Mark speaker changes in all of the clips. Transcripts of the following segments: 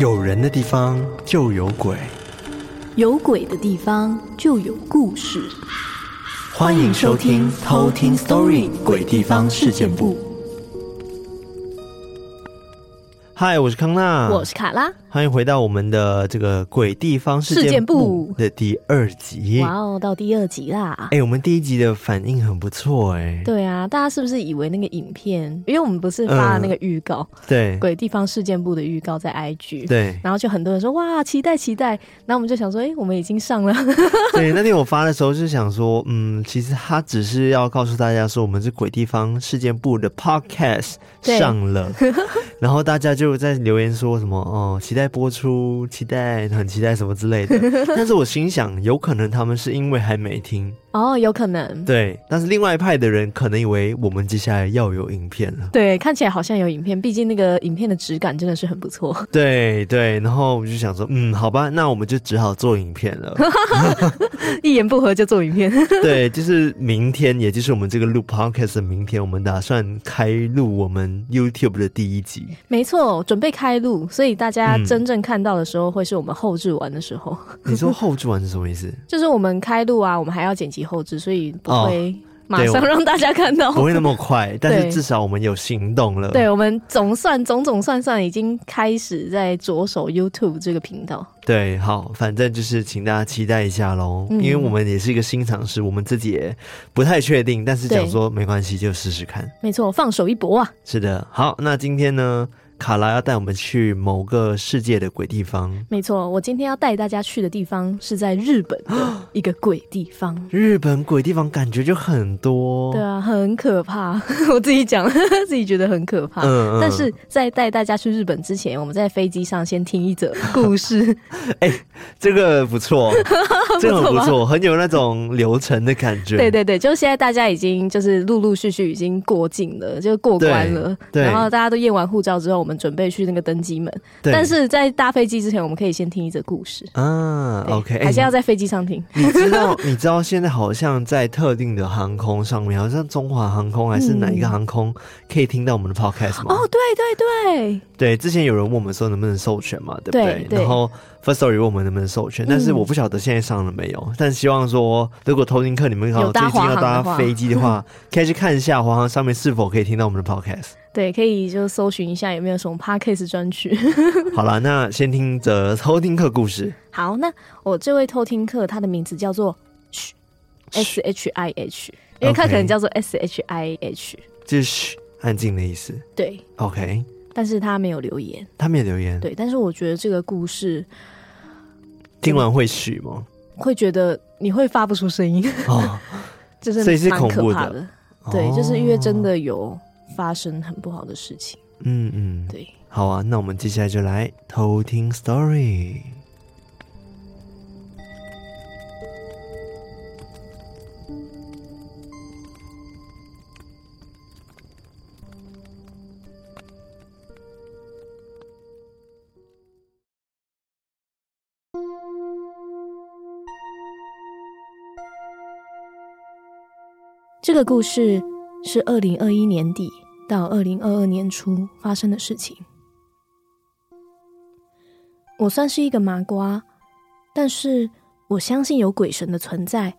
Speaker 1: 有人的地方就有鬼，
Speaker 2: 有鬼的地方就有故事。
Speaker 1: 欢迎收听《偷听 Story 鬼地方事件部》。嗨，我是康纳，
Speaker 2: 我是卡拉，
Speaker 1: 欢迎回到我们的这个鬼地方事
Speaker 2: 事
Speaker 1: 件
Speaker 2: 件
Speaker 1: 部
Speaker 2: 部
Speaker 1: 的第二集。
Speaker 2: 哇哦，到第二集啦
Speaker 1: 哎、！我们第一集的反应很不错、哎，
Speaker 2: 对啊，大家是不是以为那个影片？因为我们不是发了那个预告，
Speaker 1: 嗯对
Speaker 2: 鬼地方事件部的预告在 IG，
Speaker 1: 对
Speaker 2: 然后就很多人说哇，期待期待。然后我们就想说，哎、我们已 经上了，
Speaker 1: 对，那天我发的时候就想说，嗯，其实他只是要告诉大家说，我们是鬼地方事件部的 podcast
Speaker 2: 对
Speaker 1: 上了，然后大家就在留言说什么哦，期待播出，期待很期待什么之类的。但是我心想，有可能他们是因为还没听，
Speaker 2: 哦，有可能，
Speaker 1: 对，但是另外一派的人可能以为我们接下来要有影片了。
Speaker 2: 对，看起来好像有影片，毕竟那个影片的质感真的是很不错。
Speaker 1: 对对，然后我就想说，嗯，好吧，那我们就只好做影片了。
Speaker 2: 一言不合就做影片，
Speaker 1: 对，就是明天，也就是我们这个录 podcast 的明天，我们打算开录我们 YouTube 的第一集。
Speaker 2: 没错，准备开录，所以大家
Speaker 1: 嗯
Speaker 2: 真正看到的时候会是我们后置完的时候，
Speaker 1: 你说后置完是什么意思？
Speaker 2: 就是我们开录啊，我们还要剪辑后置，所以不会马
Speaker 1: 哦对
Speaker 2: 上
Speaker 1: 我
Speaker 2: 让大家看到。
Speaker 1: 不会那么快，但是
Speaker 2: 对
Speaker 1: 至少我们有行动了。
Speaker 2: 哦 对，我们总算总总算算已经开始在着手 YouTube 这个频道。
Speaker 1: 对好，反正就是请大家期待一下喽，
Speaker 2: 嗯
Speaker 1: 因为我们也是一个新尝试，我们自己也不太确定，但是
Speaker 2: 对
Speaker 1: 想说没关系，就试试看。
Speaker 2: 没错，放手一搏啊！
Speaker 1: 是的，好，那今天呢，卡拉要带我们去某个世界的鬼地方。
Speaker 2: 没错，我今天要带大家去的地方是在日本的一个鬼地方。
Speaker 1: 日本鬼地方感觉就很多，
Speaker 2: 对啊，很可怕， 我自己讲，自己觉得很可怕。
Speaker 1: 嗯嗯
Speaker 2: 但是在带大家去日本之前，我们在飞机上先听一则故事。
Speaker 1: 这个不 错，这个很不
Speaker 2: 吧
Speaker 1: 错，很有那种流程的感觉。
Speaker 2: 对对对，就是现在大家已经就是陆陆续续已经过境了，就过关了。
Speaker 1: 对对
Speaker 2: 然后大家都验完护照之后，我们准备去那个登机门。
Speaker 1: 对
Speaker 2: 但是在搭飞机之前，我们可以先听一则故事。
Speaker 1: 啊
Speaker 2: 对
Speaker 1: ，OK，哎
Speaker 2: 还是要在飞机上听。
Speaker 1: 你你知道 你知道现在好像在特定的航空上面，好像中华航空还是哪一个航空可以听到我们的 podcast 吗？
Speaker 2: 哦，对对
Speaker 1: 对，之前有人问我们说能不能授权嘛，对不
Speaker 2: 对对嗯
Speaker 1: 然后 First Story 问我们能不能授权，但是我不晓得现在上了没有，但希望说如果偷听课你们刚好
Speaker 2: 有搭
Speaker 1: 最近要
Speaker 2: 华航的
Speaker 1: 搭
Speaker 2: 话
Speaker 1: 飞机的 话，可以去看一下华航上面是否可以听到我们的 podcast。
Speaker 2: 对对，可以就搜寻一下有没有什么 podcast 专区。
Speaker 1: 好啦，那先听着偷听课故事。
Speaker 2: 好，那我这位偷听客，他的名字叫做 S H I H，因为他
Speaker 1: OK
Speaker 2: 可能叫做 S H I H，
Speaker 1: 就是嘘安静的意思。
Speaker 2: 对，
Speaker 1: OK，
Speaker 2: 但是他没有留言，
Speaker 1: 他没有留言，
Speaker 2: 对，但是我觉得这个故事
Speaker 1: 听完会嘘吗？
Speaker 2: 会觉得你会发不出声音，
Speaker 1: 哦，
Speaker 2: 就是
Speaker 1: 所以是
Speaker 2: 蛮
Speaker 1: 恐
Speaker 2: 可
Speaker 1: 怖
Speaker 2: 怕
Speaker 1: 的
Speaker 2: 的，对，就是因为真
Speaker 1: 哦，
Speaker 2: 的有发生很不好的事情，
Speaker 1: 嗯嗯，
Speaker 2: 对，
Speaker 1: 好啊，那我们接下来就来偷听 story。
Speaker 2: 这个故事是二零二一年底到二零二二年初发生的事情。我算是一个麻瓜，但是我相信有鬼神的存在，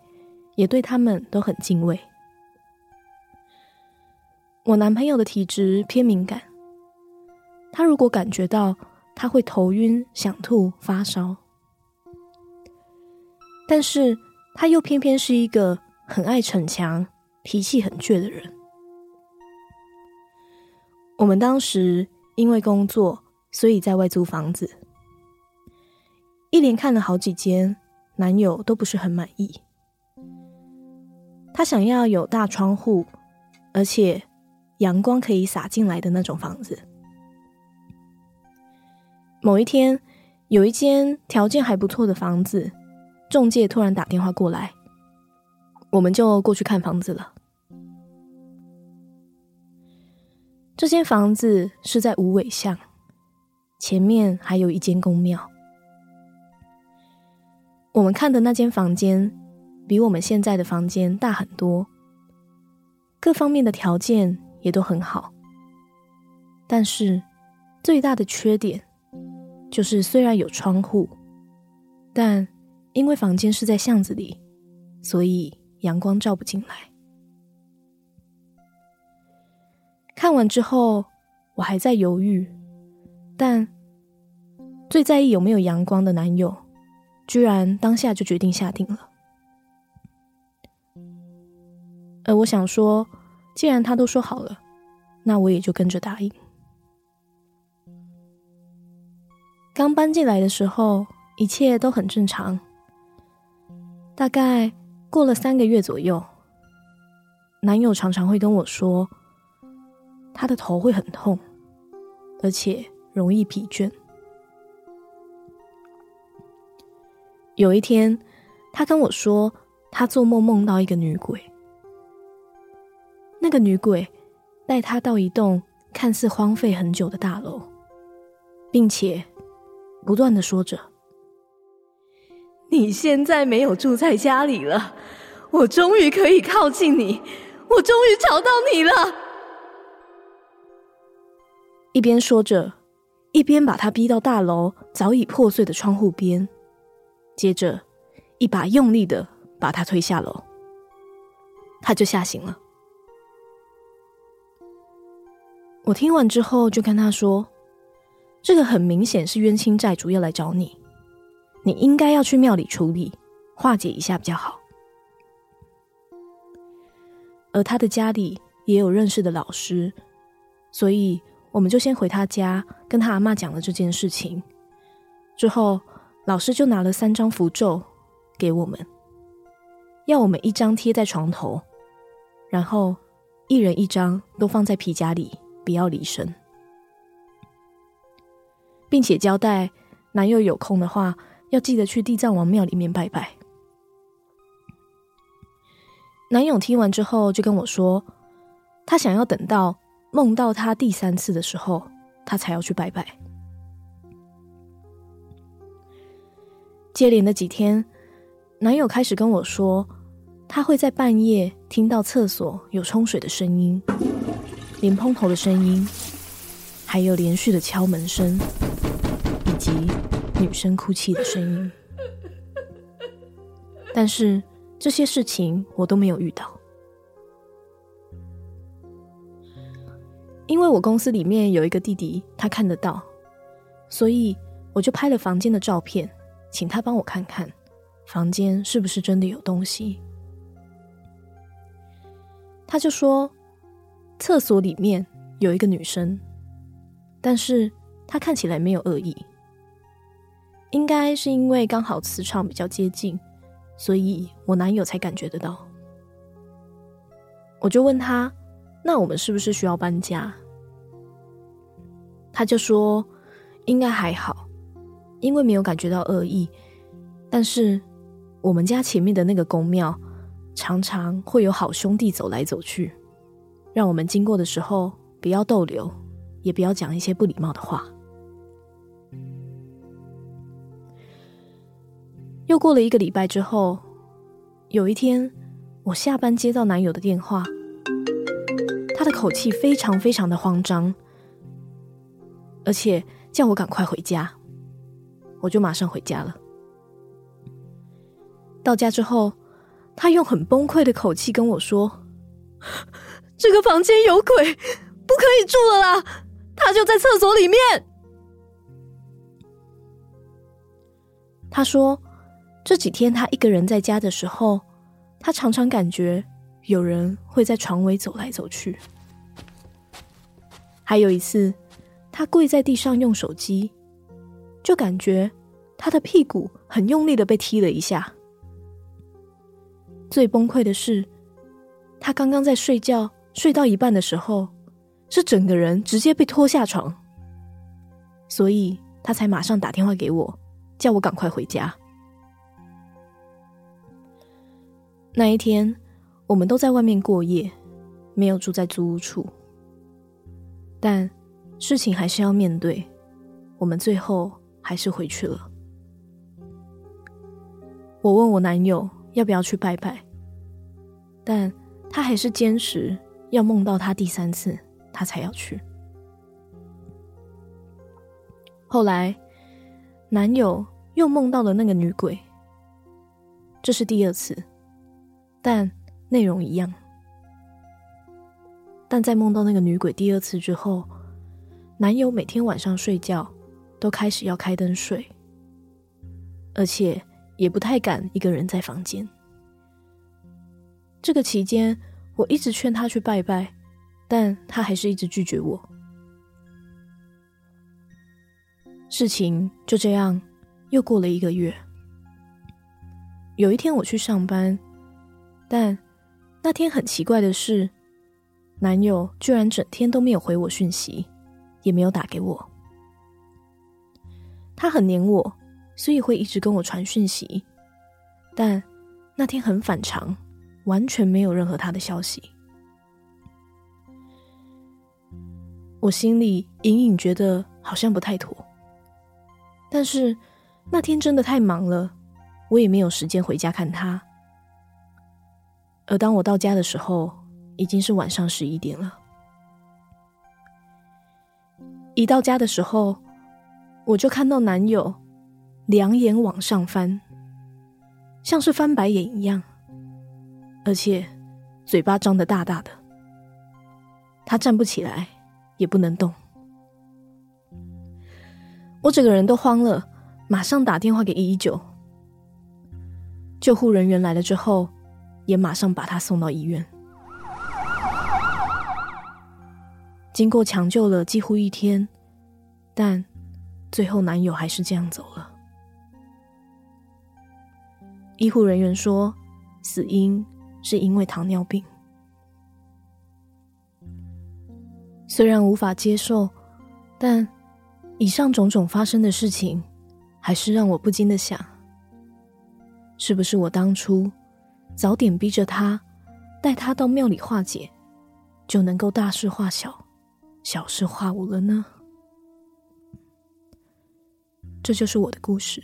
Speaker 2: 也对他们都很敬畏。我男朋友的体质偏敏感，他如果感觉到，他会头晕、想吐、发烧。但是他又偏偏是一个很爱逞强、脾气很倔的人。我们当时因为工作，所以在外租房子，一连看了好几间，男友都不是很满意。他想要有大窗户，而且阳光可以洒进来的那种房子。某一天，有一间条件还不错的房子，中介突然打电话过来，我们就过去看房子了。这间房子是在无尾巷，前面还有一间公庙。我们看的那间房间比我们现在的房间大很多，各方面的条件也都很好，但是最大的缺点就是虽然有窗户，但因为房间是在巷子里，所以阳光照不进来。看完之后，我还在犹豫，但最在意有没有阳光的男友，居然当下就决定下定了。呃，我想说，既然他都说好了，那我也就跟着答应。刚搬进来的时候，一切都很正常。大概过了三个月左右，男友常常会跟我说，他的头会很痛，而且容易疲倦。有一天，他跟我说，他做梦梦到一个女鬼。那个女鬼带他到一栋看似荒废很久的大楼，并且不断的说着：“你现在没有住在家里了，我终于可以靠近你，我终于找到你了。”一边说着，一边把他逼到大楼早已破碎的窗户边，接着一把用力的把他推下楼，他就吓醒了。我听完之后就跟他说：“这个很明显是冤亲债主要来找你，你应该要去庙里处理，化解一下比较好。”而他的家里也有认识的老师，所以我们就先回他家，跟他阿妈讲了这件事情。之后，老师就拿了三张符咒给我们，要我们一张贴在床头，然后一人一张都放在皮夹里，不要离身，并且交代男友有空的话，要记得去地藏王庙里面拜拜。男友听完之后就跟我说，他想要等到梦到他第三次的时候，他才要去拜拜。接连的几天，男友开始跟我说，他会在半夜听到厕所有冲水的声音，连喷头的声音，还有连续的敲门声，以及女生哭泣的声音。但是这些事情我都没有遇到，因为我公司里面有一个弟弟，他看得到，所以我就拍了房间的照片，请他帮我看看房间是不是真的有东西。他就说，厕所里面有一个女生，但是她看起来没有恶意，应该是因为刚好磁场比较接近，所以我男友才感觉得到。我就问他，那我们是不是需要搬家？他就说应该还好，因为没有感觉到恶意，但是我们家前面的那个公庙常常会有好兄弟走来走去，让我们经过的时候不要逗留，也不要讲一些不礼貌的话。又过了一个礼拜之后，有一天我下班接到男友的电话，他的口气非常非常的慌张，而且叫我赶快回家，我就马上回家了。到家之后，他用很崩溃的口气跟我说：“ 这个房间有鬼，不可以住了啦！他就在厕所里面。”他说，这几天他一个人在家的时候，他常常感觉有人会在床尾走来走去。还有一次，他跪在地上用手机，就感觉他的屁股很用力的被踢了一下。最崩溃的是，他刚刚在睡觉，睡到一半的时候，是整个人直接被拖下床，所以他才马上打电话给我，叫我赶快回家。那一天，我们都在外面过夜，没有住在租屋处，但事情还是要面对，我们最后还是回去了。我问我男友要不要去拜拜，但他还是坚持要梦到他第三次，他才要去。后来，男友又梦到了那个女鬼，这是第二次，但内容一样。但在梦到那个女鬼第二次之后，男友每天晚上睡觉都开始要开灯睡，而且也不太敢一个人在房间。这个期间，我一直劝他去拜拜，但他还是一直拒绝我。事情就这样又过了一个月。有一天我去上班，但那天很奇怪的是，男友居然整天都没有回我讯息，也没有打给我。他很黏我，所以会一直跟我传讯息，但那天很反常，完全没有任何他的消息。我心里隐隐觉得好像不太妥。但是那天真的太忙了，我也没有时间回家看他。而当我到家的时候，已经是晚上十一点了。一到家的时候，我就看到男友两眼往上翻，像是翻白眼一样，而且嘴巴张得大大的。他站不起来，也不能动。我整个人都慌了，马上打电话给一一九。救护人员来了之后，也马上把他送到医院。经过抢救了几乎一天，但最后男友还是这样走了。医护人员说，死因是因为糖尿病。虽然无法接受，但。以上种种发生的事情，还是让我不禁的想：是不是我当初早点逼着他，带他到庙里化解，就能够大事化小，小事化无了呢？这就是我的故事。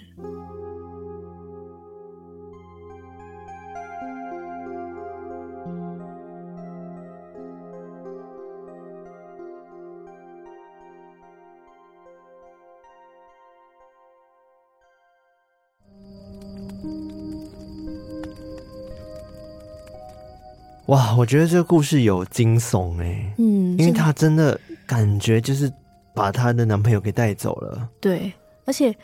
Speaker 1: 哇，我觉得这个故事有惊悚哎、
Speaker 2: 嗯，
Speaker 1: 因为
Speaker 2: 真的
Speaker 1: 她真的感觉就是把她的男朋友给带走了。
Speaker 2: 对，而且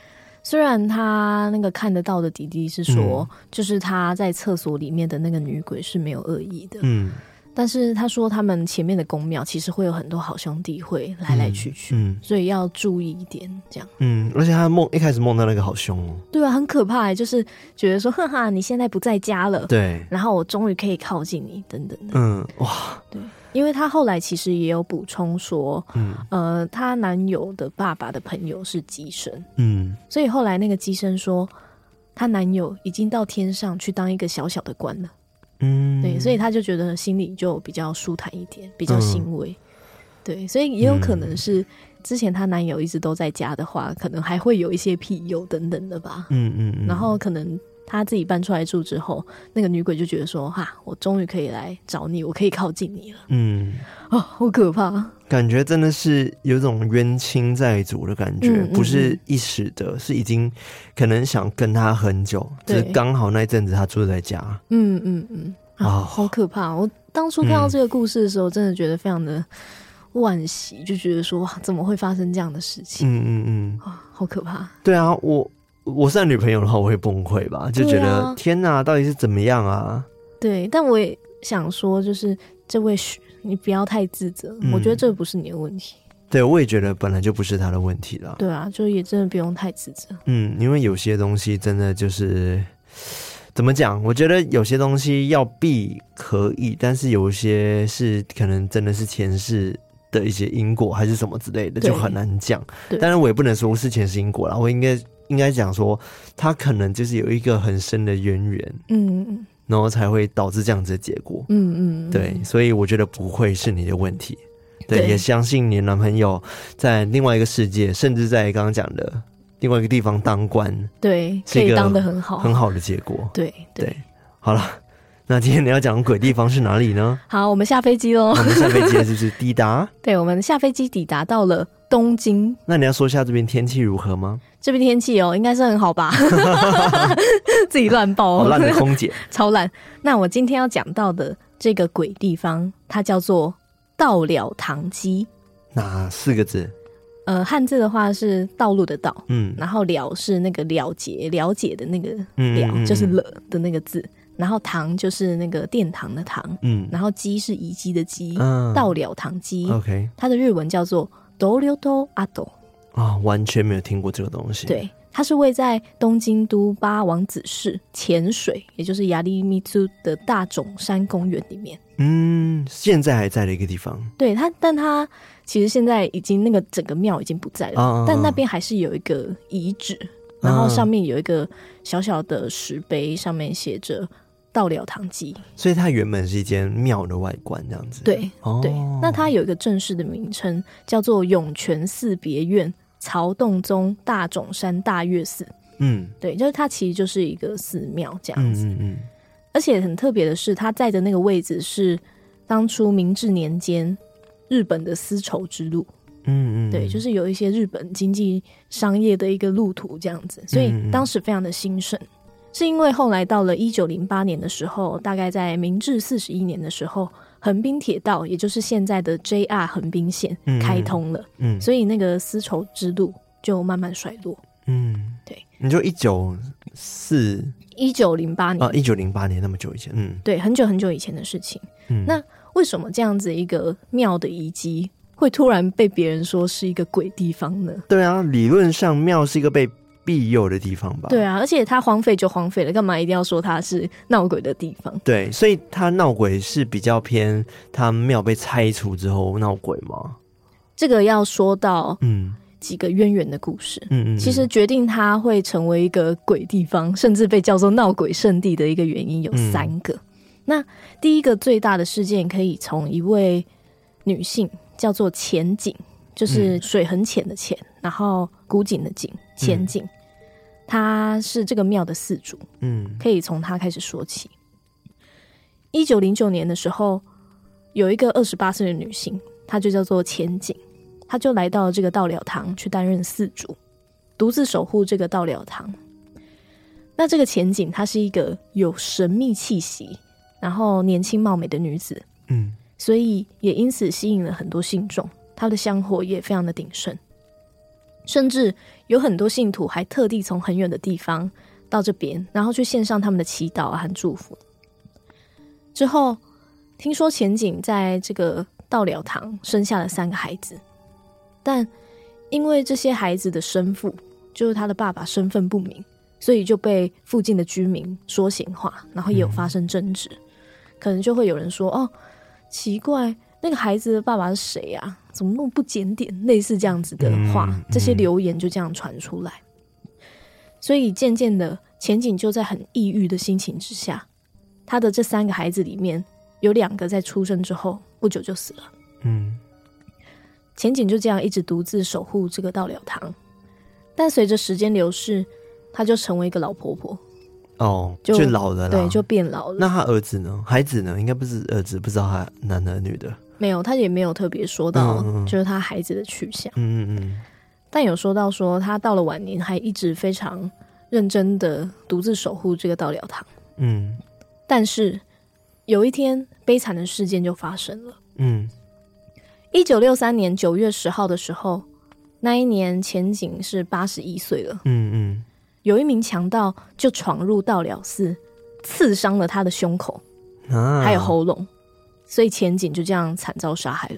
Speaker 2: 虽然他那个看得到的弟弟是说，
Speaker 1: 嗯
Speaker 2: 就是他在厕所里面的那个女鬼是没有恶意的，
Speaker 1: 嗯
Speaker 2: 但是他说他们前面的宫庙其实会有很多好兄弟会来来去去，
Speaker 1: 嗯
Speaker 2: 所以要注意一点。这样
Speaker 1: 嗯，而且她梦一开始梦到那个好凶哦。
Speaker 2: 对啊，很可怕、欸，就是觉得说， 哈哈，你现在不在家了，
Speaker 1: 对，
Speaker 2: 然后我终于可以靠近你，等等的。
Speaker 1: 嗯，哇，
Speaker 2: 因为她后来其实也有补充说，
Speaker 1: 嗯
Speaker 2: 呃，她男友的爸爸的朋友是机身，
Speaker 1: 嗯，
Speaker 2: 所以后来那个机身说，她男友已经到天上去当一个小小的官了。
Speaker 1: 嗯，
Speaker 2: 对，所以他就觉得心里就比较舒坦一点，比较欣慰。对，所以也有可能
Speaker 1: 嗯
Speaker 2: 是之前她男友一直都在家的话，可能还会有一些庇佑等等的吧。
Speaker 1: 嗯嗯嗯，
Speaker 2: 然后可能她自己搬出来住之后，那个女鬼就觉得说：“哈，我终于可以来找你，我可以靠近你了。
Speaker 1: 嗯，”
Speaker 2: 哦，好可怕！
Speaker 1: 感觉真的是有种冤亲债主的感觉，
Speaker 2: 嗯嗯
Speaker 1: 不是一时的，是已经可能想跟他很久，只
Speaker 2: 对
Speaker 1: 是刚好那一阵子他住在家。
Speaker 2: 嗯嗯嗯，啊，
Speaker 1: 哦
Speaker 2: 好可怕！我当初看到这个故事的时候，真的觉得非常的惋惜，就觉得说：“哇，怎么会发生这样的事情？”
Speaker 1: 嗯嗯嗯，
Speaker 2: 啊，好可怕！
Speaker 1: 对啊，我我是他女朋友的话，我会崩溃吧，就觉
Speaker 2: 对
Speaker 1: 得、
Speaker 2: 啊
Speaker 1: 天哪，到底是怎么样啊？
Speaker 2: 对，但我也想说，就是这位许，你不要太自责，
Speaker 1: 嗯
Speaker 2: 我觉得这不是你的问题。
Speaker 1: 对，我也觉得本来就不是他的问题啦。
Speaker 2: 对啊，就也真的不用太自责。
Speaker 1: 嗯，因为有些东西真的就是怎么讲？我觉得有些东西要避可以，但是有一些是可能真的是前世的一些因果还是什么之类的，
Speaker 2: 对
Speaker 1: 就很难讲
Speaker 2: 对。
Speaker 1: 当然，我也不能说是前世因果啦，我应该应该讲说，他可能就是有一个很深的渊源，
Speaker 2: 嗯嗯
Speaker 1: 然后才会导致这样子的结果。
Speaker 2: 嗯嗯，
Speaker 1: 对，所以我觉得不会是你的问题。对，
Speaker 2: 对
Speaker 1: 也相信你的男朋友在另外一个世界，甚至在刚刚讲的另外一个地方当官，
Speaker 2: 对，可
Speaker 1: 是一
Speaker 2: 以
Speaker 1: 个
Speaker 2: 当的很好，
Speaker 1: 很好的结果。
Speaker 2: 哦对对
Speaker 1: 对好了，那今天你要讲的鬼地方是哪里呢？
Speaker 2: 好，我们下飞机喽
Speaker 1: 我。们下飞机了是不是抵 达？
Speaker 2: 对，我们下飞机抵达到了东京，
Speaker 1: 那你要说一下这边天气如何吗？
Speaker 2: 这边天气哦，应该是很 好吧？自己乱报
Speaker 1: 好
Speaker 2: 哦，
Speaker 1: 烂的空姐，
Speaker 2: 超烂。那我今天要讲到的这个鬼地方，它叫做道了堂基。
Speaker 1: 哪四个字？
Speaker 2: 呃，汉字的话是道路的道，
Speaker 1: 嗯
Speaker 2: 然后了是那个了结了解的那个
Speaker 1: 嗯
Speaker 2: 了，
Speaker 1: 嗯
Speaker 2: 就是
Speaker 1: 嗯
Speaker 2: 了的那个字，然后堂就是那个殿堂的堂，
Speaker 1: 嗯
Speaker 2: 然后基是遗迹的基，
Speaker 1: 嗯哦
Speaker 2: 道了堂基，
Speaker 1: OK
Speaker 2: 它的日文叫做 d o r y o t o Ado，
Speaker 1: 啊、完全没有听过这个东西。，
Speaker 2: 对，它是位在东京都八王子市浅水，也就是亚利米兹的大冢山公园里面。
Speaker 1: 嗯，现在还在的一个地方
Speaker 2: 对它，但它其实现在已经那个整个庙已经不在了，
Speaker 1: 啊，
Speaker 2: 呃但那
Speaker 1: 啊
Speaker 2: 边还是有一个遗址，然
Speaker 1: 嗯
Speaker 2: 后上面有一个小小的石碑，上面写着“道了堂记
Speaker 1: 啊所以它原本是一间庙的外观这样”子。，
Speaker 2: 对
Speaker 1: 哦，
Speaker 2: 对，那它有一个正式的名称，叫做涌泉寺别院曹洞宗大冢山大月寺。
Speaker 1: 嗯
Speaker 2: 对，就是它其实就是一个寺庙这样
Speaker 1: 嗯
Speaker 2: 子，
Speaker 1: 嗯嗯，
Speaker 2: 而且很特别的是，它在的那个位置是当初明治年间日本的丝绸之路。
Speaker 1: 嗯嗯，
Speaker 2: 对，就是是有一些日本经济商业的一个路途这样子，所以
Speaker 1: 嗯嗯
Speaker 2: 当时非常的兴盛。是因为后来到了一九零八年的时候，大概在明治四十一年的时候，横滨铁道，也就是现在的 JR 横滨线
Speaker 1: 嗯嗯
Speaker 2: 开通了，
Speaker 1: 嗯
Speaker 2: 所以那个丝绸之路就慢慢衰落。
Speaker 1: 嗯
Speaker 2: 对，
Speaker 1: 你就一九四
Speaker 2: 一九零八年，
Speaker 1: 啊一九零八年那么久以前，嗯
Speaker 2: 对，很久很久以前的事情。
Speaker 1: 嗯，
Speaker 2: 那为什么这样子一个庙的遗迹会突然被别人说是一个鬼地方呢？
Speaker 1: 对啊，理论上庙是一个被庇佑的地方吧？
Speaker 2: 对啊，而且它荒废就荒废了，干嘛一定要说它是闹鬼的地方？
Speaker 1: 对，所以他闹鬼是比较偏他庙被拆除之后闹鬼吗？
Speaker 2: 这个要说到
Speaker 1: 嗯
Speaker 2: 几个渊源的故事。
Speaker 1: 嗯嗯，
Speaker 2: 其实决定它会成为一个鬼地方，甚至被叫做闹鬼圣地的一个原因有
Speaker 1: 嗯
Speaker 2: 三个。那第一个最大的事件可以从一位女性叫做浅井，就是
Speaker 1: 嗯
Speaker 2: 水很浅的浅，然后古井的井，浅井，她是这个庙的寺主。
Speaker 1: 嗯
Speaker 2: 可以从他开始说起。一九零九年的时候，有一个二十八岁的女性，她就叫做千景，她就来到这个道了堂去担任寺主，独自守护这个道了堂。那这个前景，她是一个有神秘气息，然后年轻貌美的女子，
Speaker 1: 嗯
Speaker 2: 所以也因此吸引了很多信众，她的香火也非常的鼎盛，甚至有很多信徒还特地从很远的地方到这边，然后去献上他们的祈祷啊和祝福。之后，听说前景在这个道了堂生下了三个孩子，但因为这些孩子的生父就是他的爸爸身份不明，所以就被附近的居民说闲话，然后也有发生争执，可能就会有人说：“哦，奇怪，那个孩子的爸爸是谁呀、怎么那么不检点？”类似这样子的话，
Speaker 1: 嗯
Speaker 2: 这些
Speaker 1: 嗯
Speaker 2: 留言就这样传出来。所以渐渐的，前景就在很抑郁的心情之下，他的这三个孩子里面有两个在出生之后不久就死了。
Speaker 1: 嗯
Speaker 2: 前景就这样一直独自守护这个道了堂，但随着时间流逝，她就成为一个老婆婆，
Speaker 1: 哦，
Speaker 2: 就
Speaker 1: 就老了啦。
Speaker 2: 对，就变老了。
Speaker 1: 那他儿子呢？孩子呢？应该不是儿子，不知道他男的女的。
Speaker 2: 没有，她也没有特别说到
Speaker 1: 嗯嗯嗯
Speaker 2: 就是她孩子的去向，
Speaker 1: 嗯嗯
Speaker 2: 但有说到说她到了晚年还一直非常认真的独自守护这个道了堂。
Speaker 1: 嗯
Speaker 2: 但是有一天，悲惨的事件就发生了。
Speaker 1: 嗯
Speaker 2: 一九六三年九月十号的时候，那一年前景是八十一岁了。
Speaker 1: 嗯嗯
Speaker 2: 有一名强盗就闯入道了寺，刺伤了他的胸口，
Speaker 1: 嗯啊，
Speaker 2: 还有喉咙，所以前景就这样惨遭杀害了。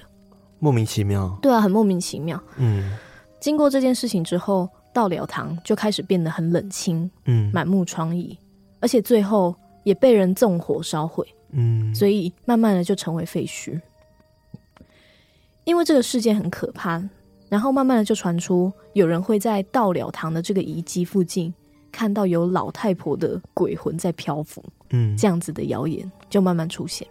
Speaker 1: 莫名其妙。
Speaker 2: 对啊，很莫名其妙。
Speaker 1: 嗯
Speaker 2: 经过这件事情之后，道了堂就开始变得很冷清，
Speaker 1: 嗯
Speaker 2: 满目疮痍，而且最后也被人纵火烧毁，
Speaker 1: 嗯，
Speaker 2: 所以慢慢的就成为废墟。因为这个事件很可怕，然后慢慢的就传出有人会在道了堂的这个遗迹附近看到有老太婆的鬼魂在漂浮。
Speaker 1: 嗯
Speaker 2: 这样子的谣言就慢慢出现。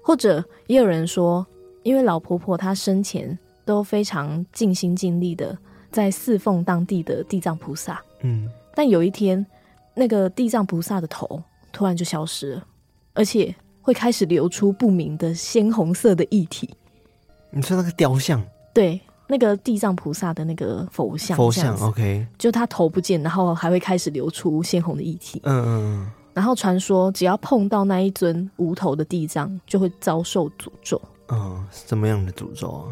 Speaker 2: 或者也有人说，因为老婆婆她生前都非常尽心尽力的在侍奉当地的地藏菩萨，
Speaker 1: 嗯
Speaker 2: 但有一天，那个地藏菩萨的头突然就消失了，而且会开始流出不明的鲜红色的液体。
Speaker 1: 你说那个雕像、
Speaker 2: 对，那个地藏菩萨的那个佛像，
Speaker 1: 佛
Speaker 2: 这
Speaker 1: 像哦
Speaker 2: 样子
Speaker 1: ，OK，
Speaker 2: 就他头不见，然后还会开始流出鲜红的液体。
Speaker 1: 嗯嗯
Speaker 2: 然后传说只要碰到那一尊无头的地藏，就会遭受诅咒，
Speaker 1: 嗯嗯，是怎么样的诅咒啊？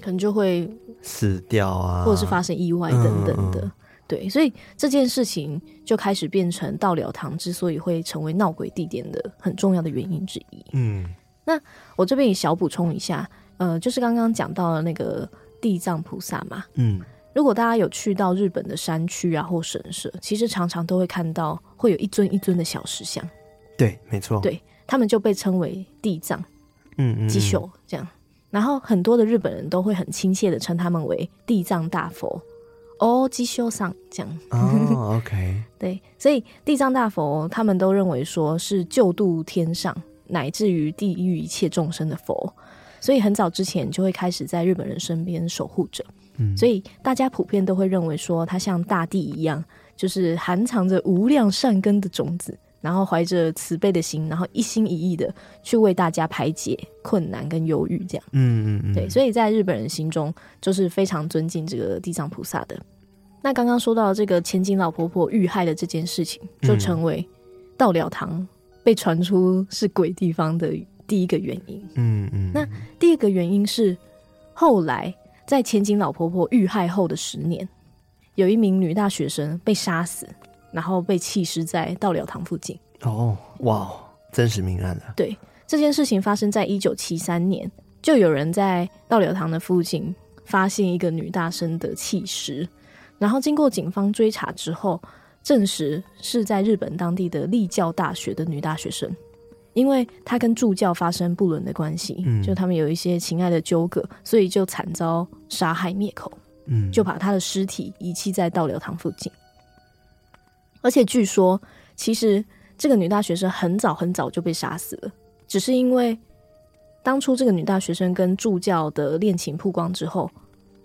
Speaker 2: 可能就会
Speaker 1: 死掉啊，
Speaker 2: 或者是发生意外
Speaker 1: 嗯
Speaker 2: 等等的。
Speaker 1: 嗯
Speaker 2: 对，所以这件事情就开始变成到了堂之所以会成为闹鬼地点的很重要的原因之一。
Speaker 1: 嗯
Speaker 2: 我这边也小补充一下，呃，就是刚刚讲到了那个地藏菩萨嘛，
Speaker 1: 嗯
Speaker 2: 如果大家有去到日本的山区啊或神社，其实常常都会看到会有一尊一尊的小石像，
Speaker 1: 对，没错，
Speaker 2: 对他们就被称为地藏
Speaker 1: 嗯，嗯嗯，
Speaker 2: 吉秀这样。然后很多的日本人都会很亲切的称他们为地藏大佛，哦，吉秀上这样。
Speaker 1: 哦，OK，
Speaker 2: 对，所以地藏大佛他们都认为说是救度天上乃至于地狱一切众生的佛，所以很早之前就会开始在日本人身边守护着。
Speaker 1: 嗯
Speaker 2: 所以大家普遍都会认为说它像大地一样，就是含藏着无量善根的种子，然后怀着慈悲的心，然后一心一意的去为大家排解困难跟忧郁，这样。
Speaker 1: 嗯嗯嗯，
Speaker 2: 对，所以在日本人心中就是非常尊敬这个地藏菩萨的。那刚刚说到这个千金老婆婆遇害的这件事情，就
Speaker 1: 嗯
Speaker 2: 成为道了堂被传出是鬼地方的第一个原因。
Speaker 1: 嗯嗯，
Speaker 2: 那第二个原因是，后来在千金老婆婆遇害后的十年，有一名女大学生被杀死，然后被弃尸在道了堂附近。
Speaker 1: 哦，哇，真实啊命案了，
Speaker 2: 这件事情发生在一九七三年，就有人在道流堂的附近发现一个女大生的弃尸，然后经过警方追查之后，证实是在日本当地的立教大学的女大学生，因为她跟助教发生不伦的关系，
Speaker 1: 嗯
Speaker 2: 就他们有一些情爱的纠葛，所以就惨遭杀害灭口。
Speaker 1: 嗯，
Speaker 2: 就把他的尸体遗弃在道疗堂附近。而且据说，其实这个女大学生很早很早就被杀死了，只是因为当初这个女大学生跟助教的恋情曝光之后，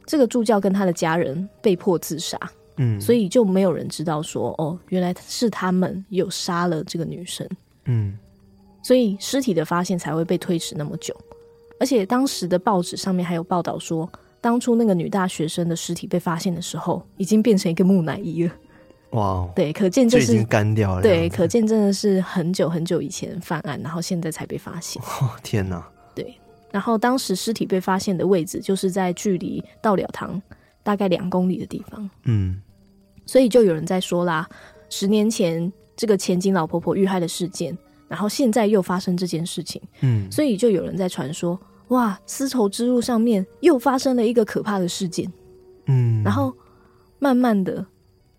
Speaker 2: 这个助教跟他的家人被迫自杀，
Speaker 1: 嗯，
Speaker 2: 所以就没有人知道说，哦，原来是他们有杀了这个女生。
Speaker 1: 嗯
Speaker 2: 所以尸体的发现才会被推迟那么久。而且当时的报纸上面还有报道说，当初那个女大学生的尸体被发现的时候，已经变成一个木乃伊了。
Speaker 1: 哇哦，
Speaker 2: 对，可见
Speaker 1: 就
Speaker 2: 这
Speaker 1: 已经
Speaker 2: 是
Speaker 1: 干掉了，
Speaker 2: 对，可见真的是很久很久以前犯案，然后现在才被发现。
Speaker 1: 哦，天哪，
Speaker 2: 然后当时尸体被发现的位置就是在距离到了堂大概两公里的地方，
Speaker 1: 嗯
Speaker 2: 所以就有人在说啦，十年前这个前景老婆婆遇害的事件，然后现在又发生这件事情。
Speaker 1: 嗯，
Speaker 2: 所以就有人在传说，哇，丝绸之路上面又发生了一个可怕的事件。
Speaker 1: 嗯，
Speaker 2: 然后慢慢的，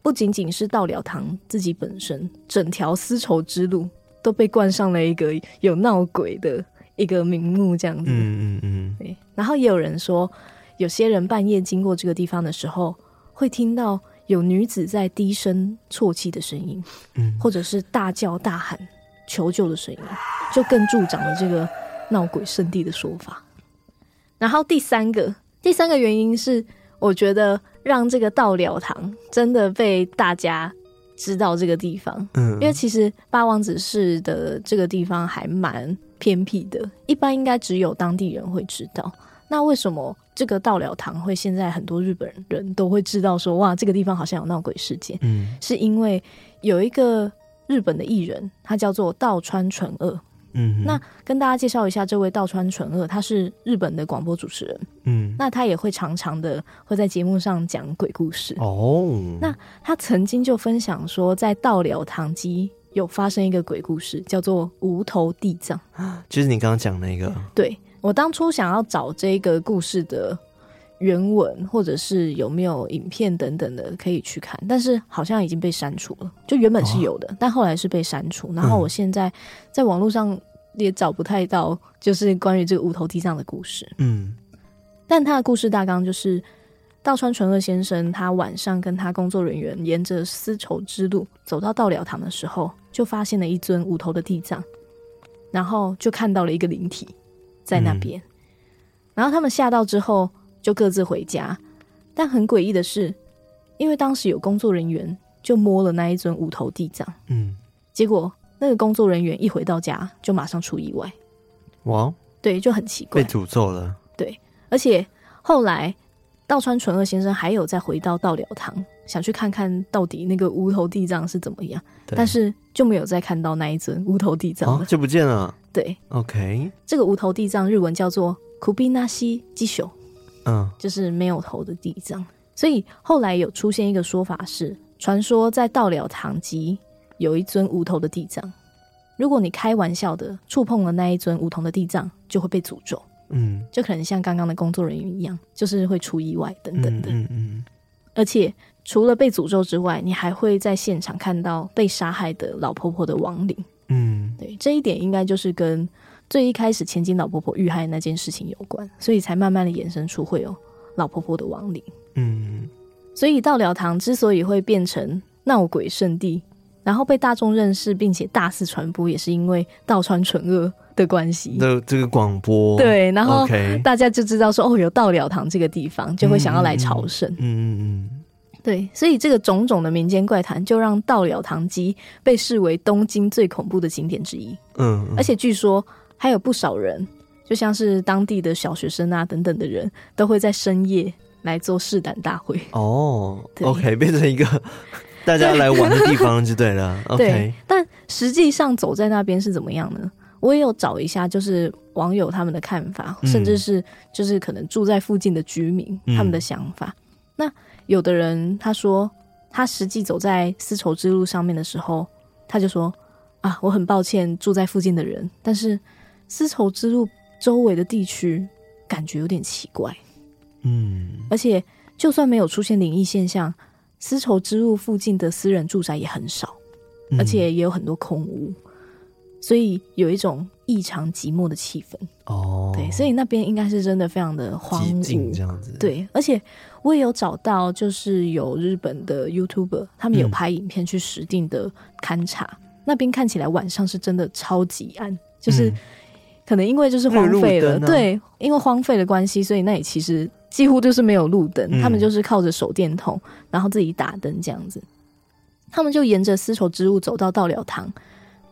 Speaker 2: 不仅仅是到了堂自己本身，整条丝绸之路都被冠上了一个有闹鬼的一个名目，这样子。
Speaker 1: 嗯嗯嗯，
Speaker 2: 对，然后也有人说，有些人半夜经过这个地方的时候，会听到有女子在低声啜泣的声音，
Speaker 1: 嗯
Speaker 2: 或者是大叫大喊求救的声音，就更助长了这个闹鬼圣地的说法。然后第三个，第三个原因是，我觉得让这个道了堂真的被大家知道这个地方，
Speaker 1: 嗯，
Speaker 2: 因为其实八王子市的这个地方还蛮偏僻的，一般应该只有当地人会知道。那为什么这个道了堂会现在很多日本人都会知道说哇，这个地方好像有闹鬼事件？
Speaker 1: 嗯
Speaker 2: 是因为有一个日本的艺人，他叫做道川纯二。
Speaker 1: 嗯，
Speaker 2: 那跟大家介绍一下，这位道川纯二，他是日本的广播主持人，
Speaker 1: 嗯
Speaker 2: 那他也会常常的会在节目上讲鬼故事。
Speaker 1: 哦，
Speaker 2: 那他曾经就分享说，在道了堂基有发生一个鬼故事，叫做无头地藏。
Speaker 1: 就是你刚刚讲那个，
Speaker 2: 对我当初想要找这个故事的原文，或者是有没有影片等等的可以去看，但是好像已经被删除了。就原本是有的，但后来是被删除。然后我现在在网络上也找不太到，就是关于这个无头地藏的故事。
Speaker 1: 嗯
Speaker 2: 但他的故事大纲就是道川纯二先生，他晚上跟他工作人员沿着丝绸之路走到道了堂的时候，就发现了一尊无头的地藏，然后就看到了一个灵体在那边，然后他们吓到之后就各自回家，但很诡异的是，因为当时有工作人员就摸了那一尊无头地藏，
Speaker 1: 嗯
Speaker 2: 结果那个工作人员一回到家就马上出意外，
Speaker 1: 哇，哦
Speaker 2: 对，就很奇怪
Speaker 1: 被。诅咒了，
Speaker 2: 而且后来道川纯二先生还有再回到道了堂，想去看看到底那个无头地藏是怎么样，
Speaker 1: 对
Speaker 2: 但是就没有再看到那一尊无头地藏
Speaker 1: 啊
Speaker 2: 了。
Speaker 1: 就不见了。
Speaker 2: 对，
Speaker 1: OK，
Speaker 2: 这个无头地藏日文叫做苦比纳西基朽，
Speaker 1: 嗯，
Speaker 2: 就是没有头的地藏。所以后来有出现一个说法是，传说在道了堂集有一尊无头的地藏，如果你开玩笑的触碰了那一尊无头的地藏，就会被诅咒，
Speaker 1: 嗯，
Speaker 2: 就可能像刚刚的工作人员一样，就是会出意外等等
Speaker 1: 嗯
Speaker 2: 的。
Speaker 1: 嗯嗯，
Speaker 2: 而且除了被诅咒之外，你还会在现场看到被杀害的老婆婆的亡灵。
Speaker 1: 嗯，
Speaker 2: 对，这一点应该就是跟最一开始千金老婆婆遇害那件事情有关，所以才慢慢的衍生出会有老婆婆的亡灵。
Speaker 1: 嗯，
Speaker 2: 所以道了堂之所以会变成闹鬼圣地，然后被大众认识并且大肆传播，也是因为道川纯恶的关系。
Speaker 1: 的这个广播，
Speaker 2: 对，然后
Speaker 1: OK，
Speaker 2: 大家就知道说哦，有道了堂这个地方，就会想要来朝圣。
Speaker 1: 嗯嗯
Speaker 2: 对，所以这个种种的民间怪谈，就让道了堂鸡被视为东京最恐怖的景点之一。
Speaker 1: 嗯嗯，
Speaker 2: 而且据说还有不少人，就像是当地的小学生啊等等的人，都会在深夜来做试胆大会。
Speaker 1: 哦
Speaker 2: 对
Speaker 1: ，OK，变成一 个大家来玩的地方就对了。
Speaker 2: 对
Speaker 1: OK，，
Speaker 2: 但实际上走在那边是怎么样呢？我也有找一下，就是网友他们的看法，
Speaker 1: 嗯
Speaker 2: 甚至是就是可能住在附近的居民、
Speaker 1: 嗯
Speaker 2: 他们的想法。那有的人他说，他实际走在丝绸之路上面的时候，他就说啊，我很抱歉住在附近的人，但是丝绸之路周围的地区感觉有点奇怪，
Speaker 1: 嗯
Speaker 2: 而且就算没有出现灵异现象，丝绸之路附近的私人住宅也很少。
Speaker 1: 嗯，
Speaker 2: 而且也有很多空屋，所以有一种异常寂寞的气氛。
Speaker 1: 哦，
Speaker 2: 对，所以那边应该是真的非常的荒
Speaker 1: 寂静这
Speaker 2: 芜。
Speaker 1: 样子，，
Speaker 2: 对，而且我也有找到，就是有日本的 YouTuber，他
Speaker 1: 嗯
Speaker 2: 们有拍影片去实地的勘察，那边看起来晚上是真的超级暗，就是
Speaker 1: 嗯
Speaker 2: 可能因为就是荒废
Speaker 1: 没有
Speaker 2: 了，
Speaker 1: 路灯啊
Speaker 2: 对，因为荒废的关系，所以那里其实几乎就是没有路灯，
Speaker 1: 嗯
Speaker 2: 他们就是靠着手电筒，然后自己打灯这样子。他们就沿着丝绸之路走到道了堂，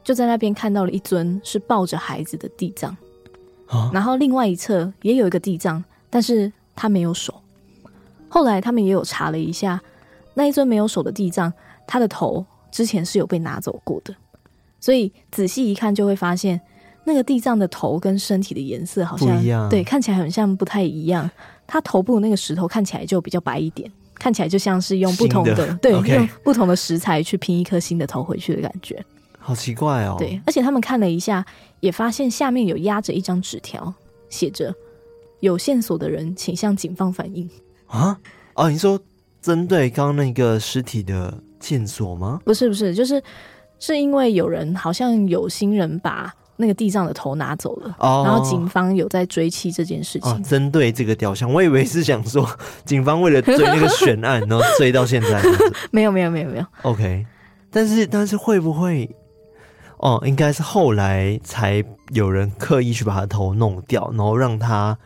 Speaker 2: 就在那边看到了一尊是抱着孩子的地藏，
Speaker 1: 啊，
Speaker 2: 然后另外一侧也有一个地藏，但是他没有手。后来他们也有查了一下，那一尊没有手的地藏，他的头之前是有被拿走过的，所以仔细一看就会发现，那个地藏的头跟身体的颜色好
Speaker 1: 不
Speaker 2: 像
Speaker 1: 一样
Speaker 2: 对，看起来很像不太一样。他头部那个石头看起来就比较白一点，看起来就像是用不同的
Speaker 1: 新的
Speaker 2: 对
Speaker 1: OK
Speaker 2: 用不同的食材去拼一颗新的头回去的感觉。
Speaker 1: 好奇怪哦，
Speaker 2: 对，，而且他们看了一下，也发现下面有压着一张纸条，写着“有线索的人请向警方反映
Speaker 1: 啊，哦，你说针对刚刚那个尸体的线索吗”。？
Speaker 2: 不是不是，就是是因为有人好像有心人把那个地藏的头拿走了，
Speaker 1: 哦，
Speaker 2: 然后警方有在追妻这件事情。
Speaker 1: 啊，针对这个雕像，我以为是想说警方为了追那个悬案，然后追到现在这样 子。
Speaker 2: 没有没有没有没有，
Speaker 1: OK，但是但是会不会？哦，应该是后来才有人刻意去把他头弄掉，然后让他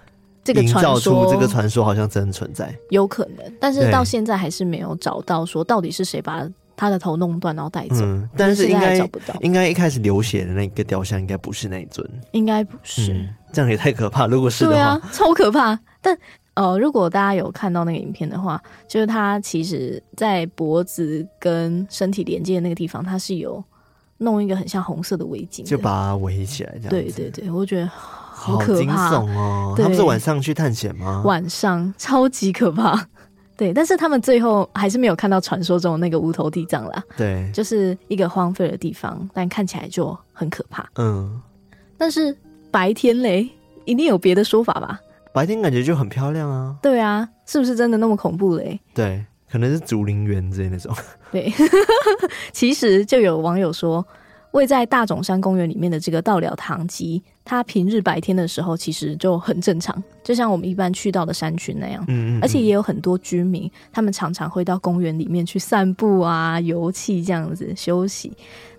Speaker 2: 这个
Speaker 1: 营
Speaker 2: 传
Speaker 1: 造
Speaker 2: 说
Speaker 1: 出这个传说好像真的存在。
Speaker 2: 有可能，但是
Speaker 1: 对
Speaker 2: 到现在还是没有找到说到底是谁把他的头弄断然后带走。
Speaker 1: 嗯，但是
Speaker 2: 现
Speaker 1: 应
Speaker 2: 在还
Speaker 1: 该
Speaker 2: 找不到，
Speaker 1: 应该一开始流血的那个雕像应该不是那一尊，
Speaker 2: 应该不是。
Speaker 1: 嗯，这样也太可怕。如果是的
Speaker 2: 对
Speaker 1: 话，
Speaker 2: 啊，超可怕。但呃，如果大家有看到那个影片的话，就是它其实在脖子跟身体连接的那个地方，它是有弄一个很像红色的围巾的，
Speaker 1: 就把它围起来这样子。
Speaker 2: 对对对，我觉得
Speaker 1: 好
Speaker 2: 好可
Speaker 1: 惊
Speaker 2: 怕，
Speaker 1: 悚哦！
Speaker 2: 对
Speaker 1: 他们是晚上去探险吗？
Speaker 2: 晚上
Speaker 1: 啊
Speaker 2: 超级可怕。 对，但是他们最后还是没有看到传说中的那个无头地藏啦，
Speaker 1: 对，
Speaker 2: 就是一个荒废的地方，但看起来就很可怕。
Speaker 1: 嗯，
Speaker 2: 但是白天嘞，一定有别的说法吧？
Speaker 1: 白天感觉就很漂亮啊。
Speaker 2: 对啊，是不是真的那么恐怖嘞？
Speaker 1: 对，可能是竹林园之类 那种。
Speaker 2: 对，其实就有网友说，位在大冢山公园里面的这个道了堂集，它平日白天的时候其实就很正常，就像我们一般去到的山区那样。
Speaker 1: 嗯嗯，
Speaker 2: 而且
Speaker 1: 嗯
Speaker 2: 也有很多居民，他们常常会到公园里面去散步啊、游憩这样子休息。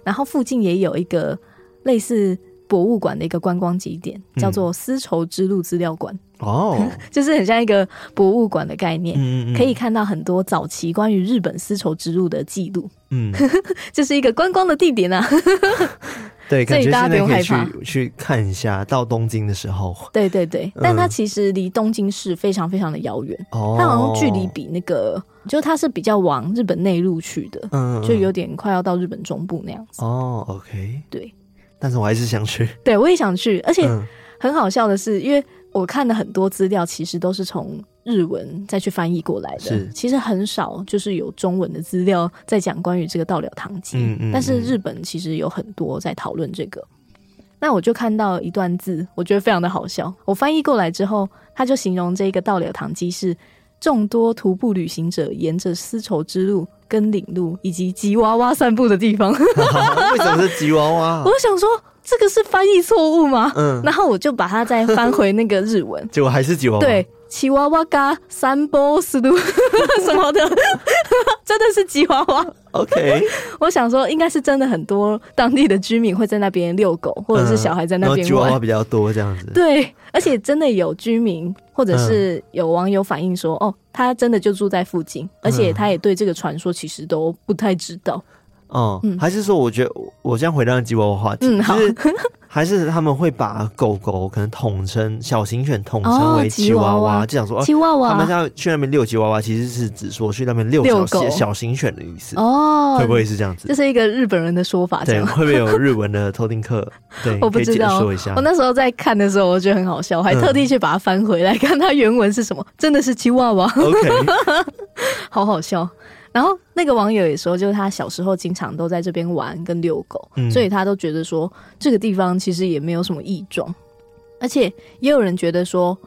Speaker 2: 然后附近也有一个类似博物馆的一个观光景点，叫做丝绸之路资料馆。
Speaker 1: 哦，
Speaker 2: 就是很像一个博物馆的概念，
Speaker 1: 嗯嗯嗯，
Speaker 2: 可以看到很多早期关于日本丝绸之路的记录，
Speaker 1: 嗯，
Speaker 2: 这是一个观光的地点啊。
Speaker 1: 对，
Speaker 2: 所
Speaker 1: 感
Speaker 2: 以
Speaker 1: 觉现
Speaker 2: 大家
Speaker 1: 在可以
Speaker 2: 不用害
Speaker 1: 去去看一下，到东京的时候，
Speaker 2: 对对对， 但它
Speaker 1: 嗯
Speaker 2: 其实离东京市非常非常的遥远，
Speaker 1: 哦，
Speaker 2: 它好像距离比那个，就它是比较往日本内陆去的，
Speaker 1: 嗯，嗯
Speaker 2: 就有点快要到日本中部那样子。
Speaker 1: 哦，OK，
Speaker 2: 对，
Speaker 1: 但是我还是想去，
Speaker 2: 对，我也想去，而且
Speaker 1: 嗯
Speaker 2: 很好笑的是，因为我看了很多资料，其实都是从日文再去翻译过来的
Speaker 1: 是，
Speaker 2: 其实很少就是有中文的资料在讲关于这个稻了堂吉。
Speaker 1: 嗯嗯
Speaker 2: 但是
Speaker 1: 嗯
Speaker 2: 日本其实有很多在讨论这个。那我就看到一段字，我觉得非常的好笑。我翻译过来之后，他就形容这个稻柳堂鸡是众多徒步旅行者沿着丝绸之路、跟领路以及吉娃娃散步的地方。
Speaker 1: 哦为什么是吉娃娃
Speaker 2: 我？想说，这个是翻译错误吗？
Speaker 1: 嗯，，
Speaker 2: 然后我就把它再翻回那个日 文
Speaker 1: 哦结果还是吉娃娃，
Speaker 2: 对，吉娃娃嘎三波斯路 什么的， 真的是吉娃娃。
Speaker 1: ，OK，
Speaker 2: 我想说，应该是真的很多当地的居民会在那边遛狗，或者是小孩在那
Speaker 1: 嗯然后
Speaker 2: 边
Speaker 1: 吉娃
Speaker 2: 玩。
Speaker 1: 娃比较多这样子，
Speaker 2: 对，而且真的有居民或者
Speaker 1: 嗯
Speaker 2: 是有网友反映说，哦，他真的就住在附近，而且他也对这个传说其实都不太知道。
Speaker 1: 哦、
Speaker 2: 嗯
Speaker 1: 还是说，我觉得我我这样回到吉娃娃话题，
Speaker 2: 嗯好
Speaker 1: 就是还是他们会把狗狗可能统称小型犬统称
Speaker 2: 哦
Speaker 1: 为
Speaker 2: 吉
Speaker 1: 吉娃
Speaker 2: 娃
Speaker 1: 娃，
Speaker 2: 娃
Speaker 1: 就想说，哦、
Speaker 2: 吉娃
Speaker 1: 他们
Speaker 2: 娃
Speaker 1: 要去那边遛吉娃娃，其实是指说去那边遛
Speaker 2: 遛
Speaker 1: 小
Speaker 2: 狗
Speaker 1: 小型犬的意思，
Speaker 2: 哦
Speaker 1: 会，不会是这样子
Speaker 2: 这？是一个日本人的说法，这
Speaker 1: 对，
Speaker 2: 样。
Speaker 1: 会不会有日文的偷听 课？对，
Speaker 2: 我不
Speaker 1: 可以
Speaker 2: 知
Speaker 1: 解
Speaker 2: 道
Speaker 1: 说一下
Speaker 2: 我。那时候在看的时候，我觉得很好笑，我还
Speaker 1: 嗯
Speaker 2: 特地去把它翻回来，看它原文是什么，真的是吉娃娃，
Speaker 1: OK，
Speaker 2: 好好笑。然后那个网友也说，就是他小时候经常都在这边玩跟遛狗，
Speaker 1: 嗯
Speaker 2: 所以他都觉得说这个地方其实也没有什么异状，而且也有人觉得说，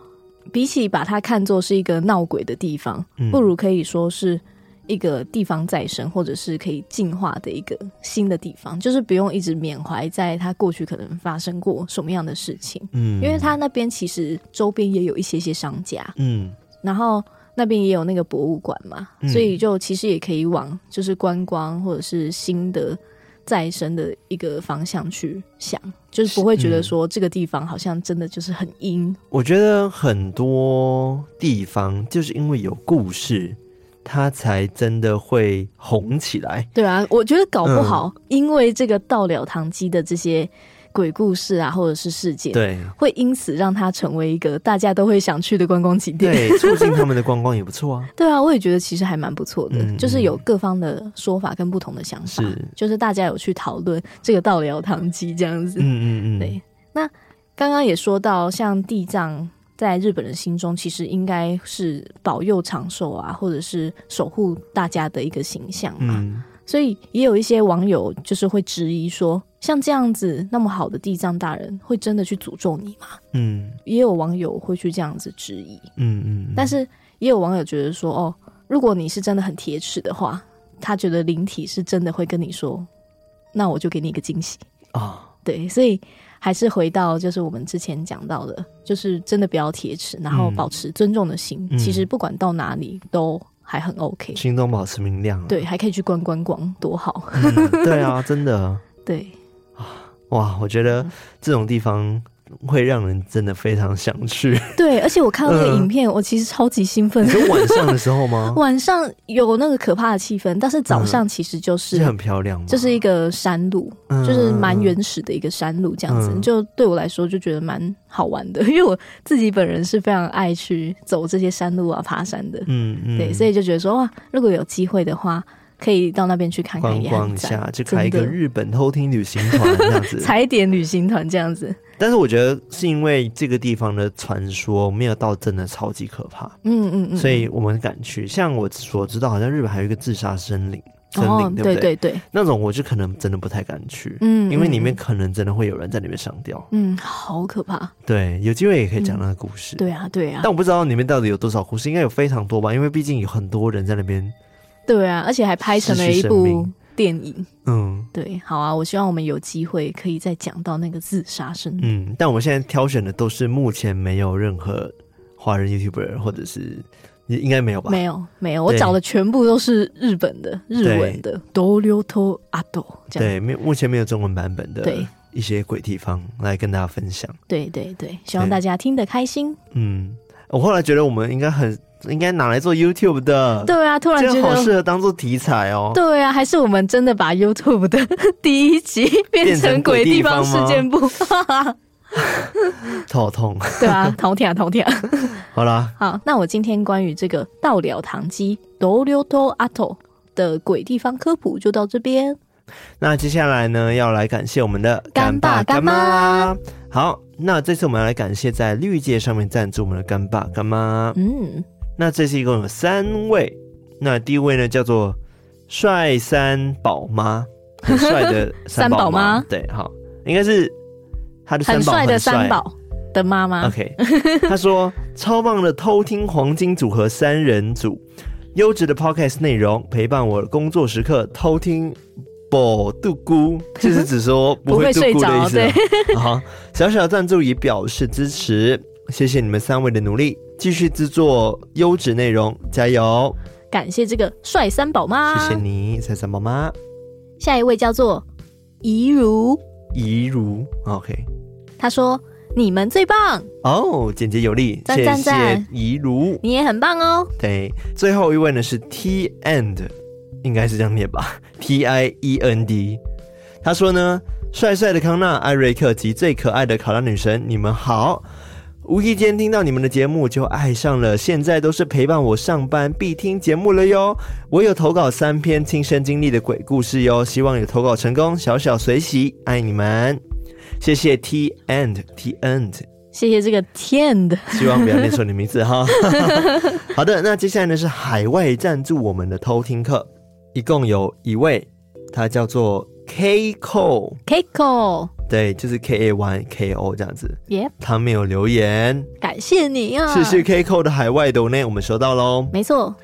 Speaker 2: 比起把它看作是一个闹鬼的地方，
Speaker 1: 嗯
Speaker 2: 不如可以说是一个地方再生，或者是可以进化的一个新的地方，就是不用一直缅怀在它过去可能发生过什么样的事情，
Speaker 1: 嗯
Speaker 2: 因为它那边其实周边也有一些些商家，
Speaker 1: 嗯
Speaker 2: 然后那边也有那个博物馆嘛，
Speaker 1: 嗯
Speaker 2: 所以就其实也可以往就是观光或者是新的再生的一个方向去想，就是不会觉得说这个地方好像真的就是很阴，
Speaker 1: 我觉得很多地方就是因为有故事，它才真的会红起来。
Speaker 2: 对啊，我觉得搞
Speaker 1: 嗯
Speaker 2: 不好、因为这个到了堂鸡的这些鬼故事啊，或者是事件，
Speaker 1: 对，
Speaker 2: 会因此让它成为一个大家都会想去的观光景点。
Speaker 1: 对，促进他们的观光也不错啊。
Speaker 2: 对啊，我也觉得其实还蛮不错的，
Speaker 1: 嗯
Speaker 2: 就是有各方的说法跟不同的想法，
Speaker 1: 是
Speaker 2: 就是大家有去讨论这个到了堂鸡这样子。
Speaker 1: 嗯嗯嗯，
Speaker 2: 对，那刚刚也说到，像地藏在日本人心中其实应该是保佑长寿啊，或者是守护大家的一个形象嘛。
Speaker 1: 嗯，
Speaker 2: 所以也有一些网友就是会质疑说，像这样子那么好的地藏大人，会真的去诅咒你吗？
Speaker 1: 嗯
Speaker 2: 也有网友会去这样子质疑，
Speaker 1: 嗯嗯嗯，
Speaker 2: 但是也有网友觉得说，哦，如果你是真的很铁齿的话，他觉得灵体是真的会跟你说，那我就给你一个惊喜。
Speaker 1: 啊，
Speaker 2: 对，所以还是回到就是我们之前讲到的，就是真的不要铁齿，然后
Speaker 1: 嗯
Speaker 2: 保持尊重的心。
Speaker 1: 嗯
Speaker 2: 其实不管到哪里都还很 OK，
Speaker 1: 心中保持明亮啊。
Speaker 2: 对，还可以去观观光，多好。
Speaker 1: 嗯，对啊，真的
Speaker 2: 对，
Speaker 1: 哇，我觉
Speaker 2: 嗯
Speaker 1: 得这种地方会让人真的非常想 去。
Speaker 2: 对，而且我看到那个
Speaker 1: 嗯
Speaker 2: 影片，我其实超级兴奋
Speaker 1: 你。说晚上的时候吗？
Speaker 2: 晚上有那个可怕的气氛，但是早上其实就是是、
Speaker 1: 嗯很漂亮吗？
Speaker 2: 就是一个山路，
Speaker 1: 嗯
Speaker 2: 就是蛮原始的一个山路这样子，
Speaker 1: 嗯
Speaker 2: 就对我来说就觉得蛮好玩的，因 为我自己本人是非常爱去走这些山路啊、爬山的。
Speaker 1: 嗯嗯，
Speaker 2: 对，所以就觉得说哇，如果有机会的话，可以到那边去看看，
Speaker 1: 观
Speaker 2: 也
Speaker 1: 光
Speaker 2: 很
Speaker 1: 一
Speaker 2: 赞。
Speaker 1: 下，就开一个
Speaker 2: 真的
Speaker 1: 日本偷听旅行团这样 子。
Speaker 2: 踩点旅行团这样子，
Speaker 1: 但是我觉得是因为这个地方的传说没有到真的超级可怕，
Speaker 2: 嗯嗯嗯，
Speaker 1: 所以我们敢去。像我所知道，好像日本还有一个自杀森林，森林、
Speaker 2: 哦，
Speaker 1: 对不
Speaker 2: 对对对，
Speaker 1: 那种我就可能真的不太敢去，
Speaker 2: 嗯，
Speaker 1: 因为里
Speaker 2: 嗯
Speaker 1: 面可能真的会有人在里面上吊。
Speaker 2: 嗯，嗯好可怕，
Speaker 1: 对，有机会也可以讲那个故事。
Speaker 2: 对啊对啊
Speaker 1: 但我不知道里面到底有多少故事，应该有非常多吧，因为毕竟有很多人在那边。
Speaker 2: 对啊，而且还拍成了
Speaker 1: 失
Speaker 2: 一
Speaker 1: 去生
Speaker 2: 部
Speaker 1: 命
Speaker 2: 电影，
Speaker 1: 嗯
Speaker 2: 对，好啊，我希望我们有机会可以再讲到那个自杀身，
Speaker 1: 嗯，但我们现在挑选的都是目前没有任何华人 YouTuber 或者是也应该没有吧？
Speaker 2: 没有没有，我
Speaker 1: 对
Speaker 2: 找的全部都是日本的日文的多溜托阿斗这样，
Speaker 1: 对，没有目前没有中文版本的
Speaker 2: 对
Speaker 1: 一些鬼地方来跟大家分享。
Speaker 2: 对对对，希望
Speaker 1: 对
Speaker 2: 大家听得开心，
Speaker 1: 嗯，我后来觉得我们应该很应该拿来做 YouTube 的，
Speaker 2: 对啊，突然觉
Speaker 1: 这个好
Speaker 2: 得。
Speaker 1: 适合当做题材哦。
Speaker 2: 对啊，还是我们真的把 YouTube 的 第一集变成鬼地方事件簿，
Speaker 1: 头好痛。
Speaker 2: 对啊，头疼头疼。
Speaker 1: 好啦，
Speaker 2: 好，那我今天关于这个倒了堂鸡 d 溜 l 阿 o 的鬼地方科普就到这边。
Speaker 1: 那接下来呢，要来感谢我们的
Speaker 2: 干爸
Speaker 1: 干妈。好，那这次我们要来感谢在绿界上面赞助我们的干爸干妈。
Speaker 2: 嗯，
Speaker 1: 那这次一共有三位，那第一位呢叫做帅三宝 妈，很帅的三宝
Speaker 2: 三宝
Speaker 1: 妈
Speaker 2: 妈，
Speaker 1: 对，好，应该是他的
Speaker 2: 很
Speaker 1: 三宝
Speaker 2: 帅的三
Speaker 1: 很帅
Speaker 2: 宝的妈妈。
Speaker 1: OK，他说超棒的偷听黄金组合三人组，优质的 Podcast 内容陪伴我工作时刻偷听。不度咕，就是指 说不会度咕的意思
Speaker 2: 不会睡 着
Speaker 1: 啊。好，小小赞助以表示支持，谢谢你们三位的努力，继续制作优质内容，加油！
Speaker 2: 感谢这个帅三宝妈。
Speaker 1: 谢谢你，彩彩妈妈，
Speaker 2: 下一位叫做怡如，
Speaker 1: 怡如，OK，
Speaker 2: 她说：“你们最棒，
Speaker 1: 哦，简洁有力，
Speaker 2: 赞
Speaker 1: 谢
Speaker 2: 赞
Speaker 1: 谢
Speaker 2: 赞
Speaker 1: 怡如。
Speaker 2: 你也很棒哦。
Speaker 1: 对，最后一位呢是 T and，应该是这样念吧，T I E N D。他说呢，帅帅的康纳、艾瑞克及最可爱的考拉女神，你们好。无意间听到你们的节目，就爱上了，现在都是陪伴我上班必听节目了哟。我有投稿三篇亲身经历的鬼故事哟，希望有投稿成功，小小随喜，爱你们，谢谢 T and T and。”
Speaker 2: 谢谢这个 Tend，
Speaker 1: 希望不要念错你的名字哈。 好的，那接下来呢是海外赞助我们的偷听课，一共有一位，他叫做 K Ko，
Speaker 2: Keiko，
Speaker 1: 对，就是 K A Y K O 这样子。
Speaker 2: 耶
Speaker 1: 他没有留言，
Speaker 2: 感谢你啊！
Speaker 1: 谢谢 K Ko 的海外抖内，我们收到喽。
Speaker 2: 没错，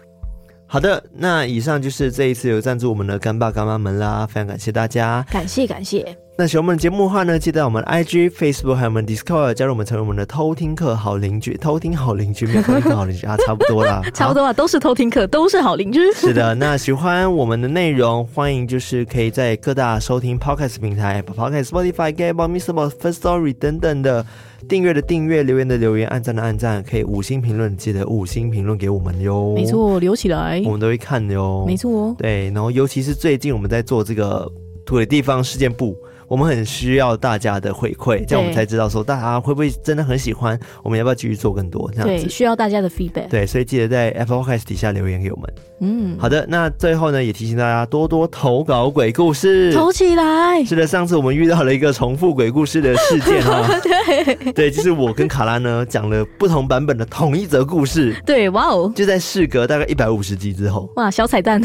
Speaker 1: 好的，那以上就是这一次有赞助我们的干爸干妈们啦，非常感谢大家。
Speaker 2: 感谢感谢，
Speaker 1: 那喜欢我们的节目的话呢，记得到我们的 IG、Facebook 还有我们的 Discord 加入我们成为我们的偷听课好邻居，偷听好邻居，没有偷听课好邻居啊，差不多啦，
Speaker 2: 差不多啊，都是偷听课，都是好邻居。
Speaker 1: 是的，那喜欢我们的内容，欢迎就是可以在各大收听 Podcast 平台、Apple Podcast、Spotify、g a b o Mr. b o First Story 等等的订阅的订阅、留言的留言、按赞的按赞，可以五星评论，记得五星评论给我们哟。
Speaker 2: 没，错，留起来
Speaker 1: 我，们都会看的哟。
Speaker 2: 没，错哦。
Speaker 1: 对，然后尤其是最近我们在做这个土的地方事件部。我们很需要大家的回馈，这样我们
Speaker 2: 对
Speaker 1: 才知道说大家会不会真的很喜欢，我们要不要继续做更多这样
Speaker 2: 对，
Speaker 1: 子？
Speaker 2: 需要大家的 feedback。
Speaker 1: 对，所以记得在 Apple Podcast 底下留言给我们。
Speaker 2: 嗯，
Speaker 1: 好的，那最后呢，也提醒大家多多投稿鬼故事。
Speaker 2: 投起来。。
Speaker 1: 是的，上次我们遇到了一个重复鬼故事的事件哈
Speaker 2: 对
Speaker 1: 对，就是我跟卡拉呢讲了不同版本的同一则故事，
Speaker 2: 对，哇哦，
Speaker 1: 就在事隔大概一百五十集之后，
Speaker 2: 哇，小彩蛋，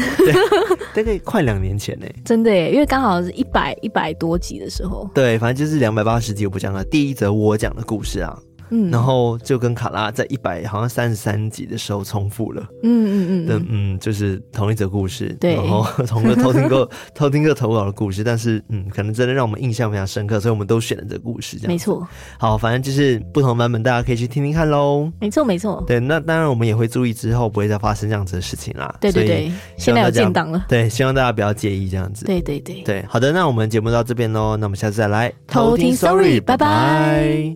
Speaker 1: 大概快两年前呢。
Speaker 2: 真的耶！因为刚好是一百一百多集的时候，
Speaker 1: 对，反正就是两百八十集，我不讲了。第一则我讲的故事啊，
Speaker 2: 嗯，
Speaker 1: 然后就跟卡拉在一百好像三十三集的时候重复了。
Speaker 2: 嗯
Speaker 1: 嗯
Speaker 2: 嗯嗯，
Speaker 1: 嗯，就是同一则故事，
Speaker 2: 对
Speaker 1: 然 后同个偷听过偷听过投稿的故事，但是嗯，可能真的让我们印象非常深刻，所以我们都选了这个故事，这样
Speaker 2: 没。错，
Speaker 1: 好，反正就是不同版本，大家可以去听听看喽。
Speaker 2: 没错，没错，
Speaker 1: 对，那当然我们也会注意之后不会再发生这样子的事情啦。
Speaker 2: 对对
Speaker 1: 所以
Speaker 2: 对，现在有建档了，
Speaker 1: 对，希望大家不要介意这样子。
Speaker 2: 对对对。
Speaker 1: 对，好的，那我们节目到这边喽，那我们下次再来
Speaker 2: 偷听 sorry，拜拜